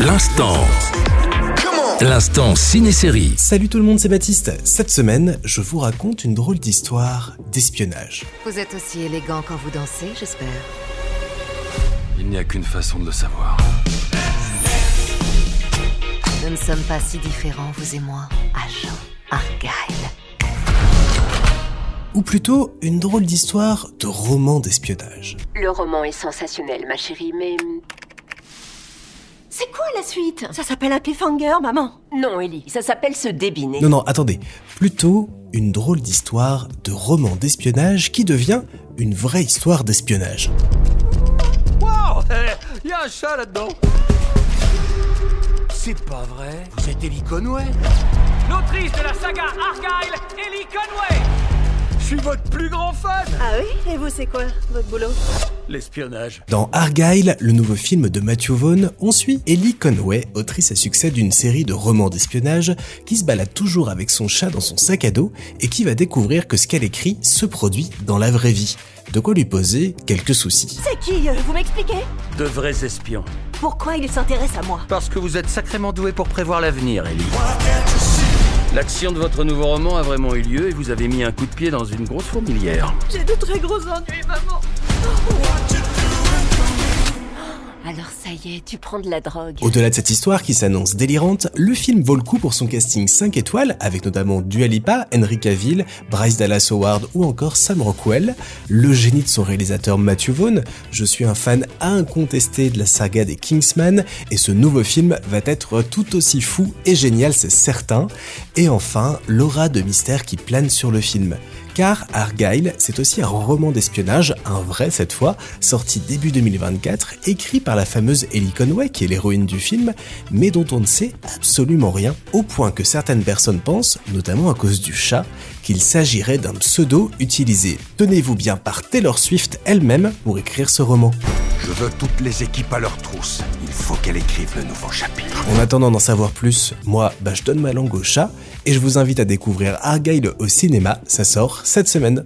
L'instant. L'instant ciné-série. Salut tout le monde, c'est Baptiste. Cette semaine, je vous raconte une drôle d'histoire d'espionnage. Vous êtes aussi élégant quand vous dansez, j'espère. Il n'y a qu'une façon de le savoir. Nous ne sommes pas si différents, vous et moi. Agent Argyle. Ou plutôt, une drôle d'histoire de roman d'espionnage. Le roman est sensationnel, ma chérie, mais... C'est quoi la suite Ça s'appelle un cliffhanger, maman. Non, Ellie, ça s'appelle se débiner. Non, non, attendez. Plutôt, une drôle d'histoire de roman d'espionnage qui devient une vraie histoire d'espionnage. Wow Il y a un chat là-dedans C'est pas vrai Vous êtes Ellie Conway L'autrice de la saga Argyle, Ellie Conway Je suis votre plus grand fan Ah oui Et vous, c'est quoi, votre boulot L'espionnage. Dans Argyle, le nouveau film de Matthew Vaughn, on suit Ellie Conway, autrice à succès d'une série de romans d'espionnage, qui se balade toujours avec son chat dans son sac à dos et qui va découvrir que ce qu'elle écrit se produit dans la vraie vie. De quoi lui poser quelques soucis. C'est qui euh, Vous m'expliquez De vrais espions. Pourquoi il s'intéresse à moi Parce que vous êtes sacrément doué pour prévoir l'avenir, Ellie. L'action de votre nouveau roman a vraiment eu lieu et vous avez mis un coup de pied dans une grosse fourmilière. J'ai de très gros ennuis, maman. Alors ça y est, tu prends de la drogue. Au-delà de cette histoire qui s'annonce délirante, le film vaut le coup pour son casting 5 étoiles avec notamment Dua Lipa, Henry Cavill, Bryce Dallas Howard ou encore Sam Rockwell. Le génie de son réalisateur Matthew Vaughn, je suis un fan incontesté de la saga des Kingsman et ce nouveau film va être tout aussi fou et génial, c'est certain. Et enfin, l'aura de mystère qui plane sur le film. Car Argyle, c'est aussi un roman d'espionnage, un vrai cette fois, sorti début 2024, écrit par la fameuse Ellie Conway, qui est l'héroïne du film, mais dont on ne sait absolument rien, au point que certaines personnes pensent, notamment à cause du chat, qu'il s'agirait d'un pseudo utilisé, tenez-vous bien, par Taylor Swift elle-même pour écrire ce roman. Je veux toutes les équipes à leur trousse. Il faut qu'elle écrive le nouveau chapitre. En attendant d'en savoir plus, moi, bah, je donne ma langue au chat, et je vous invite à découvrir Argyle au cinéma, ça sort cette semaine.